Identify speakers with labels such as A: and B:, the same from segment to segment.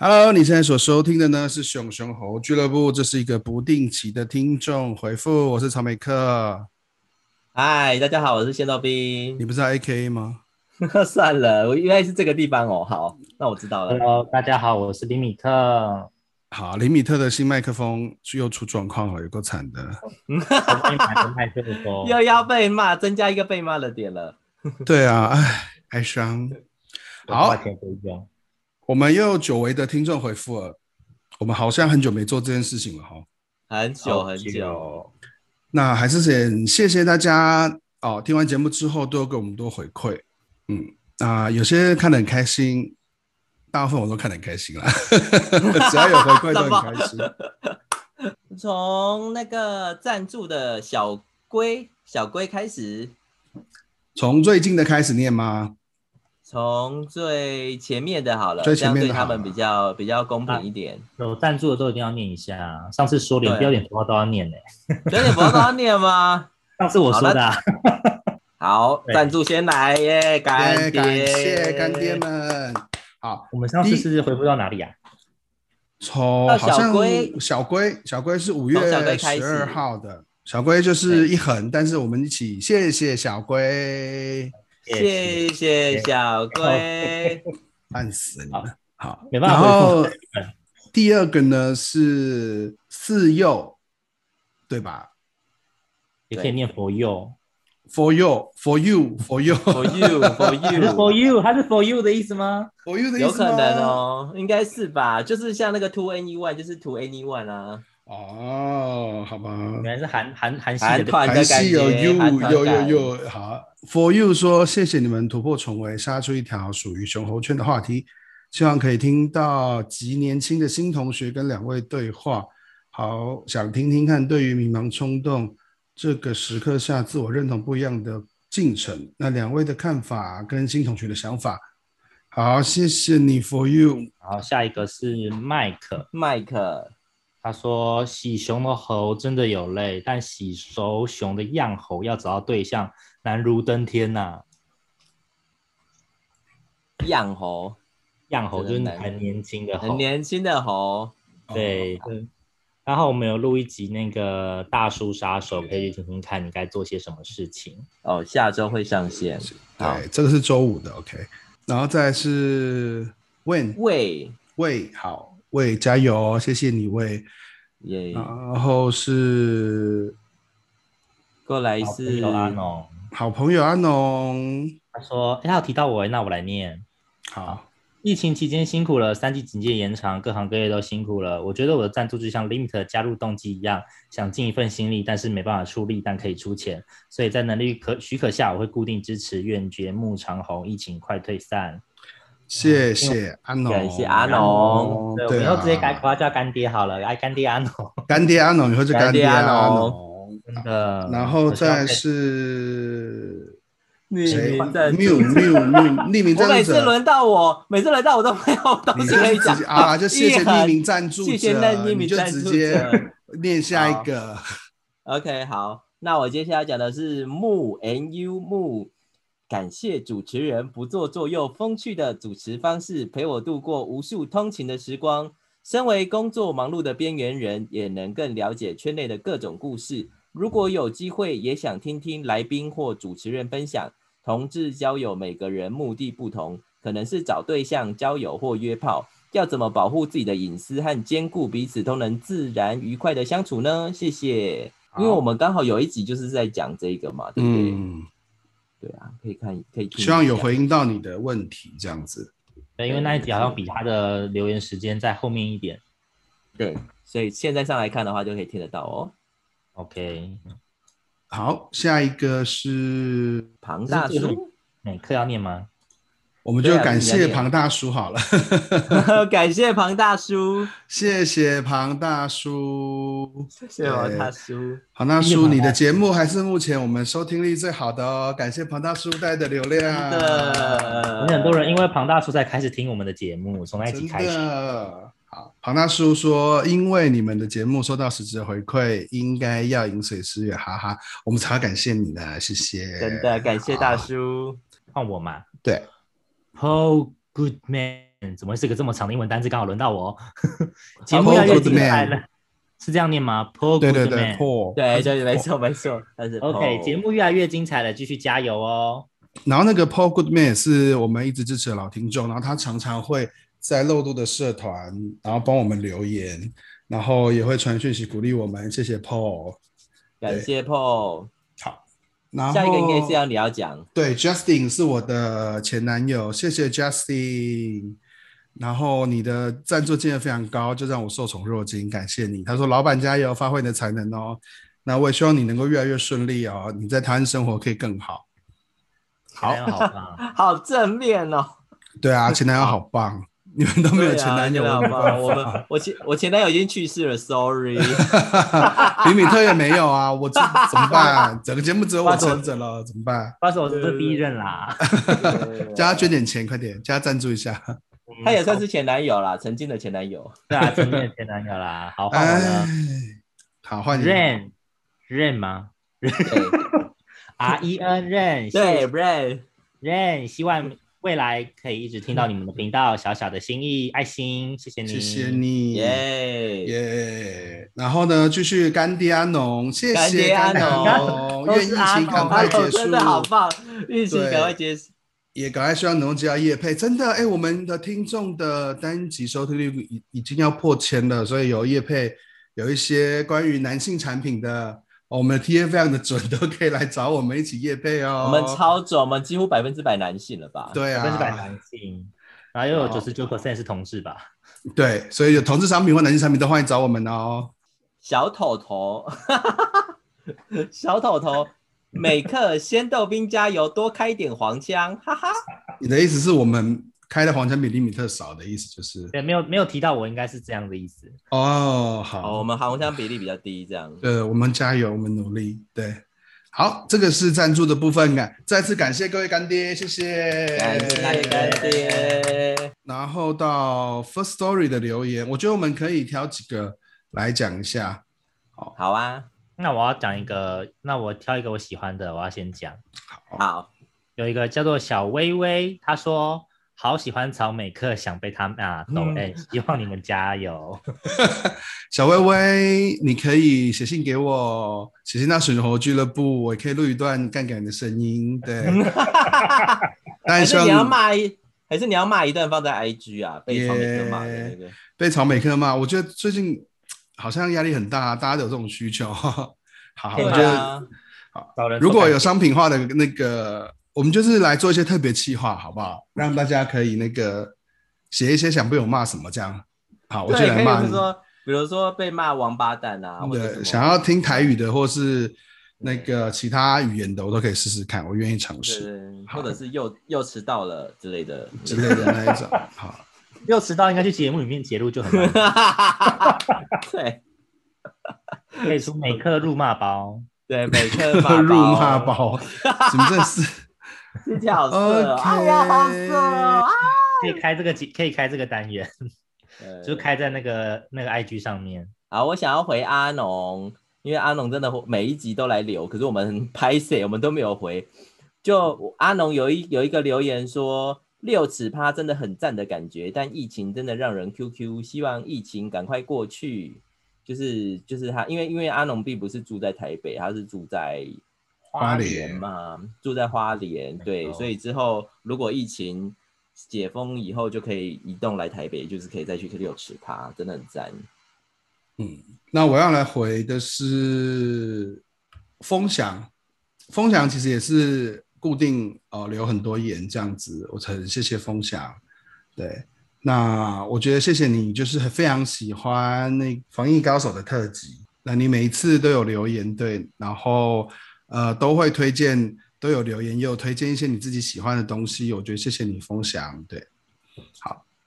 A: Hello，你现在所收听的呢是熊熊猴俱乐部，这是一个不定期的听众回复，我是草莓客，
B: 嗨，大家好，我是谢豆兵
A: 你。不是 A K A 吗？
B: 算了，我原来是这个地方哦。好，那我知道
A: 嗯
B: 了。。
C: Hello，大家好，我是林米特，
A: 好，林米特的新麦克风又出状况了，有够惨的。
C: 我帮你买个麦克风
B: 又 要被骂，增加一个被骂的点了。
A: 对啊，唉，哀伤。好
C: 花，钱可以用。
A: 我们又有久违的听众回复了，我们好像很久没做这件事情了哈。
B: 很久
C: 好
B: 很久，
A: 那还是很谢谢大家哦，听完节目之后都有给我们多回馈，嗯啊、有些看得很开心，大部分我都看得很开心啦， 只要有回馈都很开心。
B: 从那个赞助的小龟小龟开始，
A: 从最近的开始念吗？
B: 从最前面的好了，
A: 最
B: 这
A: 前
B: 样
A: 面
B: 对
A: 的
B: 他
A: 好
B: 们
A: 了
B: 比较比较公平一点。
C: 有赞助的都一定要念一下，上次说连
B: 对啊
C: 标点符号都要念呢、
A: 啊
B: 有点不要 念吗？
C: 上次我说的、啊，
B: 好，
C: 对
B: 赞助先来耶，干
A: 耶
B: 爹，
A: 感谢干爹。们。好，
C: 我们上次是回复到哪里啊？
A: 从
B: 到
A: 好像
B: 小龟
A: 小龟，小龟是五
B: 从小
A: 月
B: 龟开始
A: 十二号的，小龟就是一横，但是我们一起谢谢小龟，
C: 谢谢
B: 谢谢小龟，
A: 按死你们。好，
C: 没办法
A: 然后
C: 回复嗯
A: 第二个呢是四幼，对吧
C: 也可以念佛佑，
A: ？For you, for you, for you,
B: For you, for
C: 你是 for
B: you,
C: you，它是 for you 的意思吗？
A: for you 的意思
B: 有可能
A: 吗。
B: 哦，应该是吧？就是像那个 to anyone，就是 to anyone 啊，
A: 哦，好吧。
C: 原来是韩韩韩系
B: 韩
C: 的，
B: 团的
A: 还
B: 感
A: 是有
B: 觉，
A: you
B: 韩团
A: 有
B: 感
A: 有有好，For you 说谢谢你们突破重围，杀出一条属于熊猴圈的话题，希望可以听到极年轻的新同学跟两位对话。好，想听听看对于迷茫冲动这个时刻下自我认同不一样的进程，那两位的看法跟新同学的想法。好，谢谢你 For you，
C: 然后下一个是麦克，
B: 麦克，
C: 他说喜熊的猴真的有泪，但喜熟熊的样猴要找到对象难如登天呐、
B: 样猴，
C: 样猴就是
B: 真的难
C: 很年轻的猴
B: 很，年轻的猴，
C: 对。然后我们有录一集那个大叔杀手，可以去听听看你该做些什么事情。
B: 哦，下周会上线。好，
A: 对，哎这个是周五的 OK，然后再来是 When。
B: 喂
A: 喂，好，喂，加油哦，谢谢你喂。
B: 耶，
C: 啊
A: 然后是
B: 过来
C: 好朋
B: 是
C: 友安哦，
A: 好朋友阿农，
C: 他说：“哎，他有提到我，那我来念。
A: 好，
C: 疫情期间辛苦了，三级警戒延长，各行各业都辛苦了。我觉得我的赞助就像 Limit 加入动机一样，想尽一份心力，但是没办法出力，但可以出钱。所以在能力可许可下，我会固定支持。愿节目长红，疫情快退散。
A: 谢谢阿农，
B: 感谢阿
A: 农
B: 农
C: 对，我
A: 对
C: 们
A: 啊，
C: 以后直接改口他叫干爹好了，哎，干爹安哦。
A: 干爹阿农，以后就
B: 干
A: 爹
B: 爹阿
A: 阿
B: 农
A: 农。
C: 真的。
A: 然后
C: 我希望
A: 再
C: 可以
A: 是
B: 你
A: 谁？
B: 你在
A: 缪缪 缪，匿名
B: 我
A: 赞
B: 每
A: 助
B: 次
A: 者，
B: 轮到我，每次轮到我都没有
A: 啊
B: 东
A: 你
B: 西
A: 就
B: 可
A: 是
B: 以
A: 直
B: 讲
A: 接啊， 就谢谢
B: 一横
A: 匿名赞助
B: 谢谢那
A: 者，
B: 匿
A: 你
B: 名
A: 就
B: 赞
A: 直
B: 助
A: 接
B: 者。
A: 念下
B: 好
A: 一个。
B: OK，好，那我接下来讲的是木 NU 木，感谢主持人不做作又风趣的主持方式，陪我度过无数通勤的时光。身为工作忙碌的边缘人，也能更了解圈内的各种故事。如果有机会，也想听听来宾或主持人分享同志交友，每个人目的不同，可能是找对象、交友或约炮。要怎么保护自己的隐私和兼顾彼此都能自然愉快的相处呢？谢谢。
A: 好
B: 因为我们刚好有一集就是在讲这个嘛，对不对？
A: 嗯，
B: 对啊，可以看，可以听一下。
A: 希望有回应到你的问题，这样子。
C: 对，因为那一集好像比他的留言时间在后面一点。
B: 对，所以现在上来看的话就可以听得到哦。
C: OK，
A: 好，下一个是
B: 庞大
C: 这是最
B: 叔，
C: 每课嗯要念吗？
A: 我们就
B: 对啊
A: 感
B: 你
A: 谢
B: 来念
A: 庞大叔好了，
B: 感谢庞大叔，
A: 谢谢庞大叔。
B: 谢谢庞大叔。
A: 庞大
C: 谢谢
A: 叔，
C: 庞大
A: 你的节目还是目前我们收听率最好的哦，感谢庞大叔带的流量，
B: 真的
C: 有，很多人因为庞大叔才开始听我们呃的节目，从那一集
A: 真
C: 开始。
A: 的好。庞大叔说，因为你们的节目收到实质的回馈，应该要饮水思源，哈哈，我们才要感谢你呢，谢谢。
B: 真的感谢大叔。
C: 换我嘛？
A: 对。
C: ，Paul Goodman 怎么会是个这么长的英文单字？刚好轮到 我哦，节目越来越精彩了，是这样念吗？Paul
A: 对对对
C: Goodman
A: ，Paul，
B: 对对，没错没错，但是
C: OK，节目越来越精彩了，继续加油哦。
A: 然后那个 Paul Goodman 也是我们一直支持的老听众，然后他常常会在漏洞的社团，然后帮我们留言，然后也会传讯息鼓励我们，谢谢 Paul。
B: 感谢 Paul。
A: 然后
B: 下一个应该是要你要讲，
A: 对 Justin 是我的前男友，谢谢 Justin。然后你的赞助金额非常高，就让我受宠若惊，感谢你。他说：“老板加油，发挥你的才能哦。”那我也希望你能够越来越顺利哦，你在台湾生活可以更好。好
C: 加油好棒！
B: 好正面哦。
A: 对 啊，前男友好棒，你们都没有
B: 对啊
A: 前男友，
B: 真的
A: 我
B: 好
A: 没
B: 棒
A: 办法
B: 我们 我前我前男友已经去世了，sorry。
A: 李米特也没有啊，我这怎么办？啊整个节目只有我撑着了，怎么办？
C: 巴手是第一任啦，
A: 叫他捐点钱，快点，叫他赞助一下。
B: 他也算是前男友啦，曾经的前男友。
C: 对啊，前面的前男友啦。好，换我
A: 哎
C: 了，
A: 好，换你。
C: ，Rain Rain 吗？R E N Rain，
B: 对对，Ray，
C: Rain，希望未来可以一直听到你们的频道，小小的心意，爱心，谢谢你，
A: 谢谢你，耶
B: 耶，
A: 然后呢，继续干爹阿农，谢
B: 干
A: 谢
B: 爹阿
A: 干爹阿
B: 农
A: 农，
C: 都
A: 愿疫
C: 是阿
A: 情
C: 农
A: 赶
B: 阿
A: 快结
B: 勇真的好
A: 束，
B: 棒，疫情
A: 对
B: 赶快结束。
A: 也赶快希望农家业配。真的，哎，我们的听众的单集收听率已已经要破千了，所以有业配，有一些关于男性产品的，哦我们的 TA 非常的准，都可以来找我们一起业配哦。
B: 我们超准，我们几乎百分之百男性了吧？
A: 对
C: 百分之百
A: 啊，
C: 男性，然后又有
A: 好
C: 九十九 percent 是同志吧？
A: 对，啊所以有同志商品或男性产品都欢迎找我们哦。
B: 小头头， 小头头，每克鲜豆冰加油，多开一点黄腔，哈哈。
A: 你的意思是我们开的黄腔比厘米特少的意思就是？
C: 对，没有没有提到我，应该是这样的意思。
A: 哦，好，
B: 哦，我们黄腔比例比较低，这样。
A: 呃，我们加油，我们努力，对。好，这个是赞助的部分感，再次感谢各位干爹，谢谢，
B: 感谢干爹，
A: 然后到 First Story 的留言，我觉得我们可以挑几个来讲一下。
B: 好啊，
C: 那我要讲一个，那我挑一个我喜欢的，我要先讲。
B: 好，
C: 有一个叫做小薇薇，她说好喜欢草莓课，想被他骂抖
B: 嗯
C: A，希望你们 加油。
A: 小薇薇，你可以写信给我，写信到水猴俱乐部，我可以录一段干感的声音。 对，但
B: 还
A: 希
B: 是
A: 望
B: 你要骂一，还是你要骂一段放在 IG 啊，被草莓哥骂的那个。
A: 被草莓客骂，我觉得最近好像压力很大，大家都有这种需求。 好，
B: 对
A: 我
B: 啊
A: 觉得
C: 找人哎
A: 如果
C: 做
A: 有商品化的那个，我们就是来做一些特别企划，好不好？让大家可以那个写一些想被我骂什么这样。好，我就
B: 对，可
A: 来
B: 以
A: 骂
B: 就是
A: 你。
B: 说，比如说被骂王八蛋啊，或者什
A: 对，
B: 么
A: 想要听台语的或是那个其他语言的，我都可以试试看，我愿意尝
B: 对
A: 试
B: 对，或者是又又迟到了之类的
A: 之类的那一种。好，
C: 又迟到，应该去节目里面揭露就很难
B: 对
C: 可以出美课辱骂包。
B: 对，每 刻骂
A: 入骂
B: 包，
A: 包，你们真的是。
B: 听起来好色哦，啊，
A: OK
B: 我好色哦啊！
C: 可以开这个
A: 哎
C: 节，可以开这个单元，
B: 对
C: 就开在那个那个 IG 上面。
B: 好，啊我想要回阿农，因为阿农真的每一集都来留，可是我们拍摄我们都没有回。就阿农有一有一个留言说，六尺趴真的很赞的感觉，但疫情真的让人 QQ，希望疫情赶快过去。就是就是他，因为因为阿农并不是住在台北，他是住在
A: 花
B: 莲
A: 莲
B: 嘛，住在花莲，对，
C: 错
B: 所以之后如果疫情解封以后，就可以移动来台北，就是可以再去六尺趴，真的很赞。
A: 那我要来回的是风翔，风翔其实也是固定哦、呃留很多言这样子，我很谢谢风翔。对，那我觉得谢谢你，就是非常喜欢那防疫高手的特辑，那你每一次都有留言对，然后呃都会推荐，都有留言，也有推荐一些你自己喜欢的东西，我觉得谢谢你风翔，对。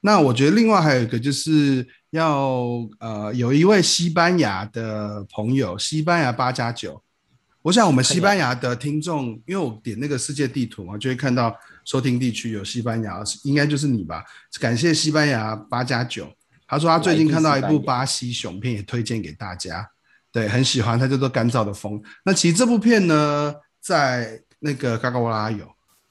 A: 那我觉得另外还有一个就是要呃，有一位西班牙的朋友，西班牙八加九。我想我们西班牙的听众，因为我点那个世界地图嘛，就会看到收听地区有西班牙，应该就是你吧？感谢西班牙八加九。他说他最近看到一
B: 来自
A: 部
B: 西班牙
A: 巴西熊片，也推荐给大家，对，很喜欢，它叫做《干燥的风》。那其实这部片呢，在那个嘎嘎哇拉有，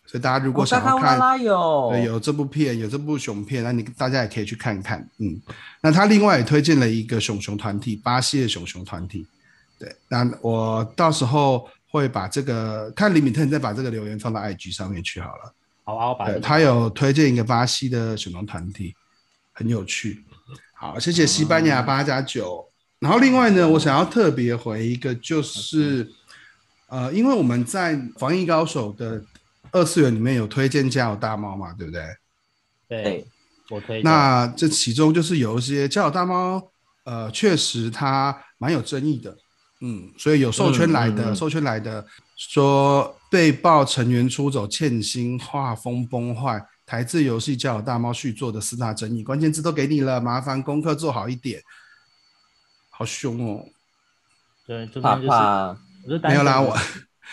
A: 所以大家如果
B: 我
A: 想要
B: 哇
A: 看，
B: 啦有
A: 对，有这部片，有这部熊片，那你大家也可以去看看。嗯，那他另外也推荐了一个熊熊团体，巴西的熊熊团体。对，那我到时候会把这个看李米特，你再把这个留言放到 IG 上面去好了。
C: 好啊，我把这
A: 对，
C: 个
A: 他有推荐一个巴西的熊熊团体，很有趣。好，谢谢西班
C: 嗯
A: 牙八加九。然后另外呢，我想要特别回一个，就是呃，因为我们在防疫高手的二次元里面有推荐家有大猫嘛，对不对？
C: 对
B: 对，
C: 我推荐
A: 那这其中就是有一些家有大猫，呃，确实它蛮有争议的，嗯，所以有授权来的，
B: 嗯嗯嗯
A: 授权来的说被曝成员出走欠薪，画风崩坏，台制游戏家有大猫续作的四大争议，关键字都给你了，麻烦功课做好一点。好凶哦！
C: 对，这
B: 怕
C: 边就是
B: 怕
C: 我就单
A: 没有啦，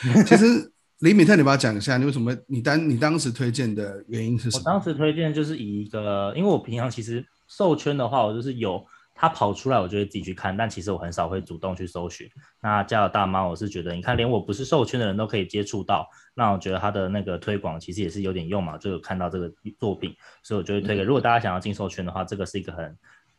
C: 纯
A: 我 其实李米特，你要不要讲一下，你为什么你当你当时推荐的原因是什
C: 我
A: 么？
C: 当时推荐就是以一个，因为我平常其实授圈的话，我就是有它跑出来，我就会自己去看，但其实我很少会主动去搜寻。那家有大妈，我是觉得你看，连我不是授圈的人都可以接触到，那我觉得它的那个推广其实也是有点用嘛，就有看到这个作品，所以我就会推
B: 嗯
C: 给。如果大家想要进授圈的话，这个是一个很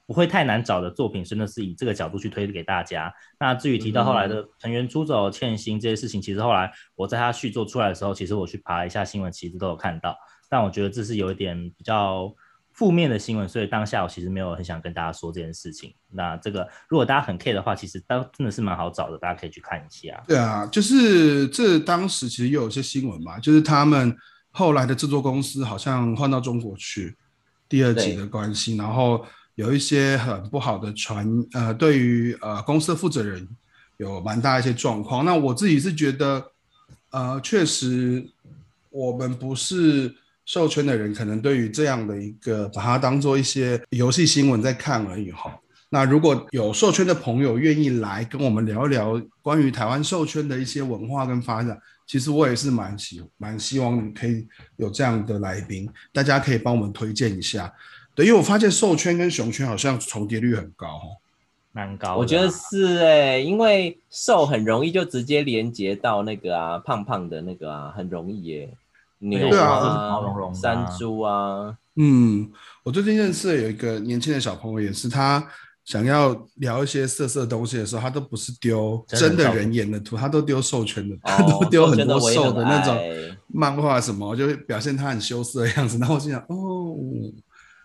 C: 不会太难找的作品，真的是以这个角度去推给大家。那至于提到后来
B: 嗯
C: 的成员出走、欠薪这些事情，其实后来我在他续作出来的时候，其实我去爬一下新闻，其实都有看到。但我觉得这是有一点比较负面的新闻，所以当下我其实没有很想跟大家说这件事情。那这个如果大家很 care 的话，其实当真的是蛮好找的，大家可以去看一下。
A: 对啊，就是这当时其实也有一些新闻嘛，就是他们后来的制作公司好像换到中国去，第二季
B: 对
A: 的关系，然后有一些很不好的传，呃，对于呃公司的负责人有蛮大一些状况。那我自己是觉得，呃，确实我们不是授权的人，可能对于这样的一个把它当做一些游戏新闻在看而已哈。那如果有授圈的朋友愿意来跟我们聊一聊关于台湾授圈的一些文化跟发展，其实我也是蛮希蛮希望你可以有这样的来宾，大家可以帮我们推荐一下。对，因为我发现授圈跟熊圈好像重叠率很高哦。
C: 蛮高的啊，
B: 我觉得是哎、因为瘦很容易就直接连接到那个啊，胖胖的那个啊，很容易耶、牛
A: 对啊
B: 啊，
A: 就是
C: 毛茸茸的啊
B: 山猪啊，
A: 嗯，我最近认识的有一个年轻的小朋友，也是他想要聊一些色色的东西的时候，他都不是丢真
C: 真人
A: 的
C: 照片
A: 人演的图，他都丢授权的，他
B: 哦
A: 都，丢很
B: 真
A: 多
B: 的我也
A: 瘦
B: 很
A: 的那种
B: 爱
A: 漫画什么，就会表现他很羞涩的样子。然 后我心想，哦，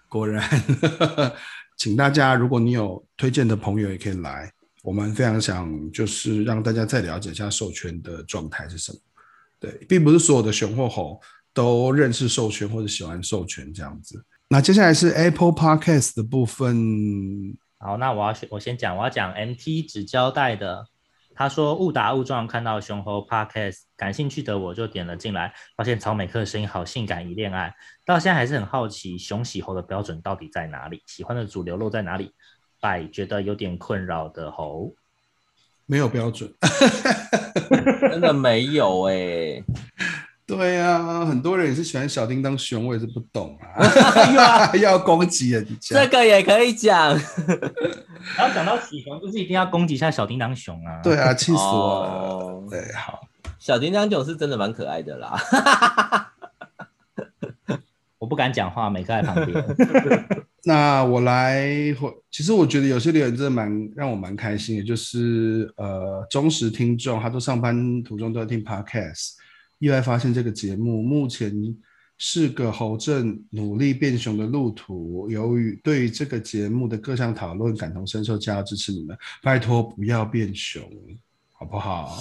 A: 果然， 请大家如果你有推荐的朋友也可以来，我们非常想就是让大家再了解一下授权的状态是什么。对，并不是所有的熊或猴都认识授权或者喜欢授权这样子。那接下来是 Apple Podcast 的部分，
C: 好，那我要先我先讲，我要讲 MT 纸胶带的。他说误打误撞看到熊猴 Podcast，感兴趣的我就点了进来，发现草美克的声音好性感一恋爱，到现在还是很好奇熊喜猴的标准到底在哪里，喜欢的主流落在哪里，百觉得有点困扰的猴。
A: 没有标准。
B: 真的没有哎、
A: 对啊，很多人也是喜欢小叮当熊，我也是不懂 啊， 要攻击人家。
B: 这个也可以讲，
C: 然后讲到喜熊，就是一定要攻击一下小叮当熊啊。
A: 对，啊，气死我了。
B: 哦
A: 对，好，
B: 小叮当囧是真的蛮可爱的啦，
C: 我不敢讲话，美克在旁边。
A: 那我来回。其实我觉得有些留言真的蛮让我蛮开心的，就是呃，忠实听众，他都上班途中都在听 podcast，意外发现这个节目目前是个侯正努力变熊的路途。由于对于这个节目的各项讨论感同身受，加油支持你们，拜托不要变熊，好不好？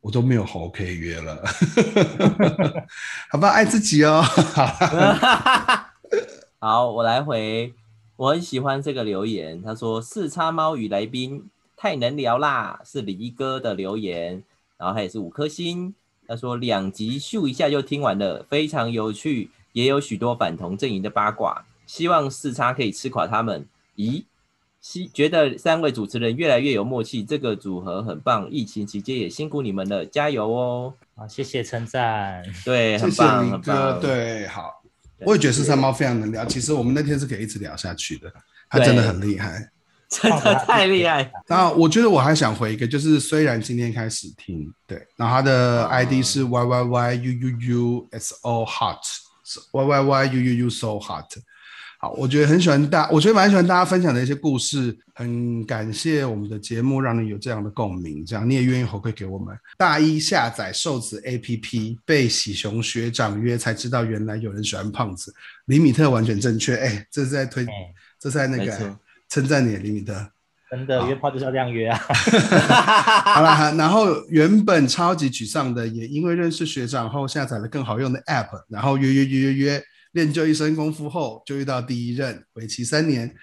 A: 我都没有猴可以约了， 好吧，爱自己哦。好啦
B: 好，我来回，我很喜欢这个留言。他说四叉猫与来宾太能聊啦，是李一哥的留言，然后他也是五颗星。他说两集咻一下就听完了，非常有趣，也有许多反同阵营的八卦，希望四叉可以吃垮他们。咦，希觉得三位主持人越来越有默契，这个组合很棒。疫情期间也辛苦你们了，加油哦！
C: 啊，谢谢称赞。
B: 对，
A: 谢
B: 很
A: 谢
B: 棒，
A: 李
B: 很
A: 哥，
B: 棒。
A: 对，好，我也觉得四
B: 是
A: 三猫非常能聊。其实我们那天是可以一直聊下去的，他真的很厉害。
B: 真的太厉害。
A: 那我觉得我还想回一个，就是虽然今天开始听，对，然后他的 ID
B: 哦
A: 是 y y y u u u s o hot y y y u u u so hot。好，我觉得很喜欢大，我觉得蛮喜欢大家分享的一些故事，很感谢我们的节目让你有这样的共鸣，这样你也愿意回馈给我们。大一下载瘦子 APP，被喜熊学长约才知道原来有人喜欢胖子，李米特完全正确，哎，这是在推，
C: 哎
A: 这是在那
B: 哦没
A: 个
B: 错
A: 称赞你，李米特。
C: 真的约炮就是要这样约啊！
A: 好啦，然后原本超级沮丧的，也因为认识学长后下载了更好用的 App，然后约约约约约，练就一身功夫后，就遇到第一任，为期三年，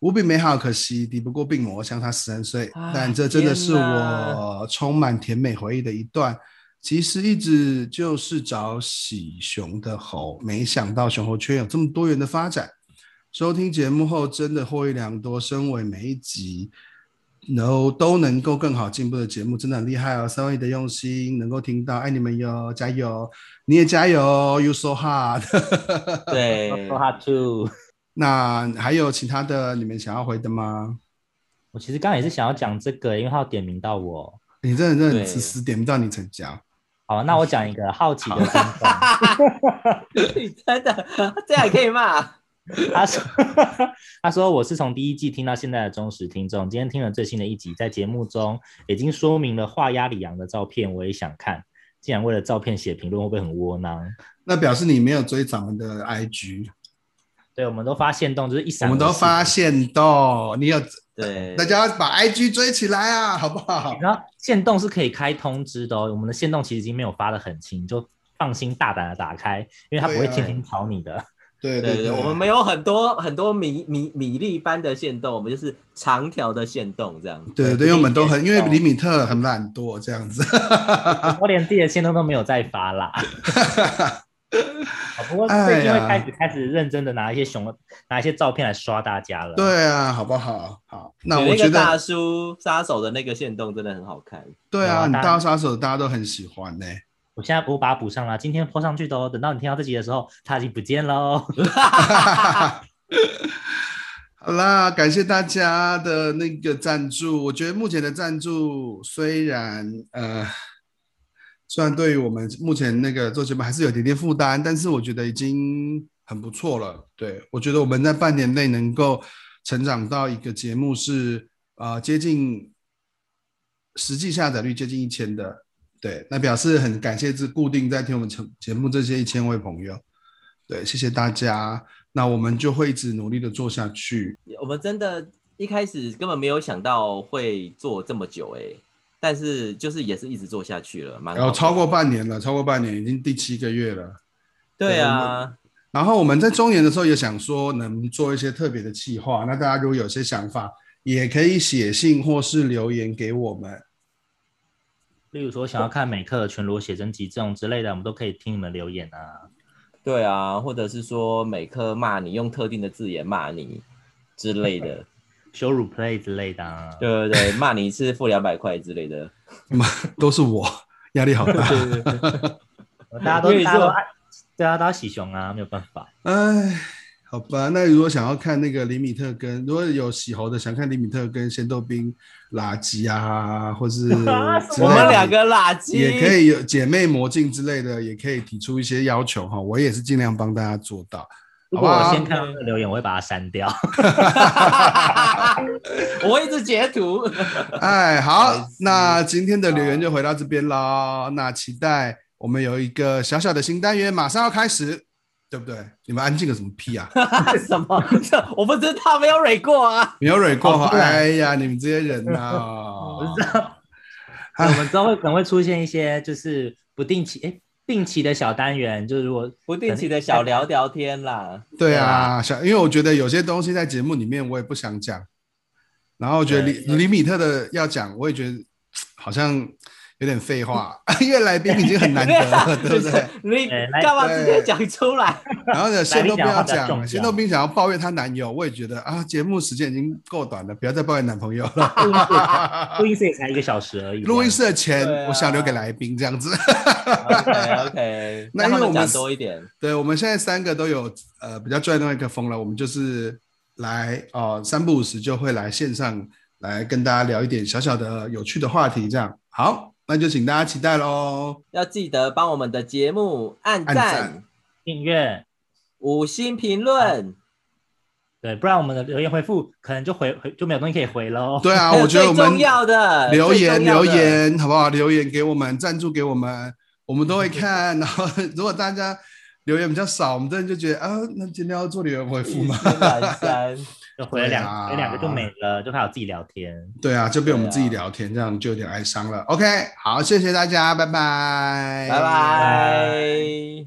A: 无比美好。可惜敌不过病魔，相差十三岁，
B: 啊
A: 但这真的是
B: 天哪
A: 我充满甜美回忆的一段。其实一直就是找喜熊的猴，没想到熊猴圈有这么多元的发展。收听节目后，真的获益良多。身为每一集，然后都能够更好进步的节目，真的很厉害哦！三位的用心，能够听到，爱你们哟，加油！你也加油，You so hard。
B: 对，
C: 说 hard too。
A: 那还有其他的你们想要回的吗？
C: 我其实刚刚也是想要讲这个，因为他有点名到我。
A: 你真的认
B: 对
A: 真迟迟点名到你成家，
C: 好，那我讲一个好奇的听众，
B: 你真的 这样也可以骂？
C: 他说他说我是从第一季听到现在的忠实听众，今天听了最新的一集，在节目中已经说明了画鸭里昂的照片，我也想看。竟然为了照片写评论，会不会很窝囊？
A: 那表示你没有追咱们的 IG，
C: 对，我们都发现动，就是一
A: 我
C: 闪。
A: 们都发。现到你有，
B: 对，
A: 大家要把 IG 追起来啊，好不好？
C: 然后限动是可以开通知的哦，我们的限动其实已经没有发的很清，你就放心大胆的打开，因为它不
A: 对
C: 会
A: 啊
C: 天天吵你的。
A: 对
B: 对
A: 对
B: 对，我们没有很多很多米米米粒般的线动，我们就是长条的线动这样。
A: 对
C: 对
A: 对，因为我们都很，因为
C: 哦
A: 李米特很懒惰这样子。
C: 我连自己的限动都没有再 发啦。哦好不过最近会开始开始认真的拿一些熊拿一些照片来刷大家了。，
A: 对啊，好不好？好，那
B: 有
A: 我觉
B: 个大
A: 得
B: 叔杀手的那个线动真的很好看，
A: 对
C: 有啊
A: 啊，你
C: 大
A: 《大杀手》大家都很喜欢呢、
C: 我现在我把它补上了，今天播上去的哦。等到你听到这集的时候，它已经不见哦 喽。
A: 好啦，感谢大家的那个赞助。我觉得目前的赞助虽然呃，虽然对于我们目前那个做节目还是有点点负担，但是我觉得已经很不错了。对我觉得我们在半年内能够成长到一个节目是呃接近实际下载率接近一千的，对，那表示很感谢这固定在听我们节节目这些一千位朋友。对，谢谢大家。那我们就会一直努力的做下去。
B: 我们真的一开始根本没有想到会做这么久哎、但是就是也是一直做下去了，啊蛮
A: 然
B: 好的
A: 后哦超过半年了，超过半年，已经第七个月了。
B: 对啊，
A: 然后我们在中年的时候也想说，能做一些特别的企划。那大家如果有些想法，也可以写信或是留言给我们。
C: 例如说想要看美克的全裸写真集这种之类的，我们都可以听你们留言啊。
B: 对啊，或者是说每科骂你用特定的字眼骂你之类的，
C: 羞辱 play 之类的、啊，
B: 对对对，骂你一次付两百块之 类的。
A: 都是我， 压力好大。
B: 对对对，
C: 大家都
B: 我跟你
C: 大家都
B: 说
C: 爱，对啊，大家喜熊啊，没有办法。
A: 哎，好吧。那如果想要看那个李米特跟，如果有喜猴的想看李米特跟仙豆冰、垃圾啊，或 是之类
B: 我们
A: 的
B: 两个垃圾
A: 也可以有姐妹魔镜之类的，也可以提出一些要求哈，我也是尽量帮大家做到。
C: 如
A: 好
C: 果
A: 不
C: 我
A: 好
C: 先看到那个留言，我会把它删掉。
B: 我会一直截图。
A: 哎，好，那今天的留言就回到这边喽。那期待我们有一个小小的新单元马上要开始，对不对？你们安静个什么屁啊？
B: 什么？这我不知道，没有蕊过啊。
A: 没有蕊过哈，
C: 好突然
A: 哎呀，你们这些人 呐、啊，
C: 我们之后会可能会出现一些就是不定期哎定期的小单元，就是如果
B: 不定期的小聊聊天啦，
A: 对啊，想，因为我觉得有些东西在节目里面我也不想讲，然后我觉得李李米特的要讲，我也觉得嘖好像有点废 话，因为来宾已经很哎难得 了，对不对？
B: 你
C: 哎来
B: 干嘛直接讲出来？
A: 然后呢，仙豆冰要
C: 来宾讲话比较重要
A: 讲，仙豆冰想要抱怨她男友，我也觉得啊，节目时间已经够短了，不要再抱怨男朋友了。
C: 录音室也才录音室也才一个小时而已，
A: 录音室的钱
B: 对啊
A: 我想留给来宾这样子。
B: OK OK，
A: 那
B: 让他
A: 因为我
B: 们
A: 们
B: 讲多一点。
A: 对，我们现在三个都有呃比较专业的麦克风了，我们就是来哦，三不五时就会来线上来跟大家聊一点小小的有趣的话题，这样好，那就请大家期待喽。
B: 要记得帮我们的节目按
A: 按
B: 赞
A: 赞、
C: 订阅，
B: 五星评论。
C: 对，不然我们的留言回复可能就回回就没有东西可以回喽。
A: 对 啊，
B: 还有
A: 我觉得我
B: 最
A: 们
B: 重要的
A: 留言
B: 最重要
A: 留
B: 的
A: 言好不好？留言给我们，赞助给我们，我们都会看。然后如果大家留言比较少，我们真的就觉得啊，那今天要做留言回复
B: 嗯
A: 吗？
B: 蓝 山，
C: 就回了两、
A: 对啊
C: 回两个就没了，就还有自己聊天。
A: 对啊，就被我们
B: 对啊
A: 自己聊天，这样就有点哀伤了。OK，好，谢谢大家，拜拜，
B: 拜拜。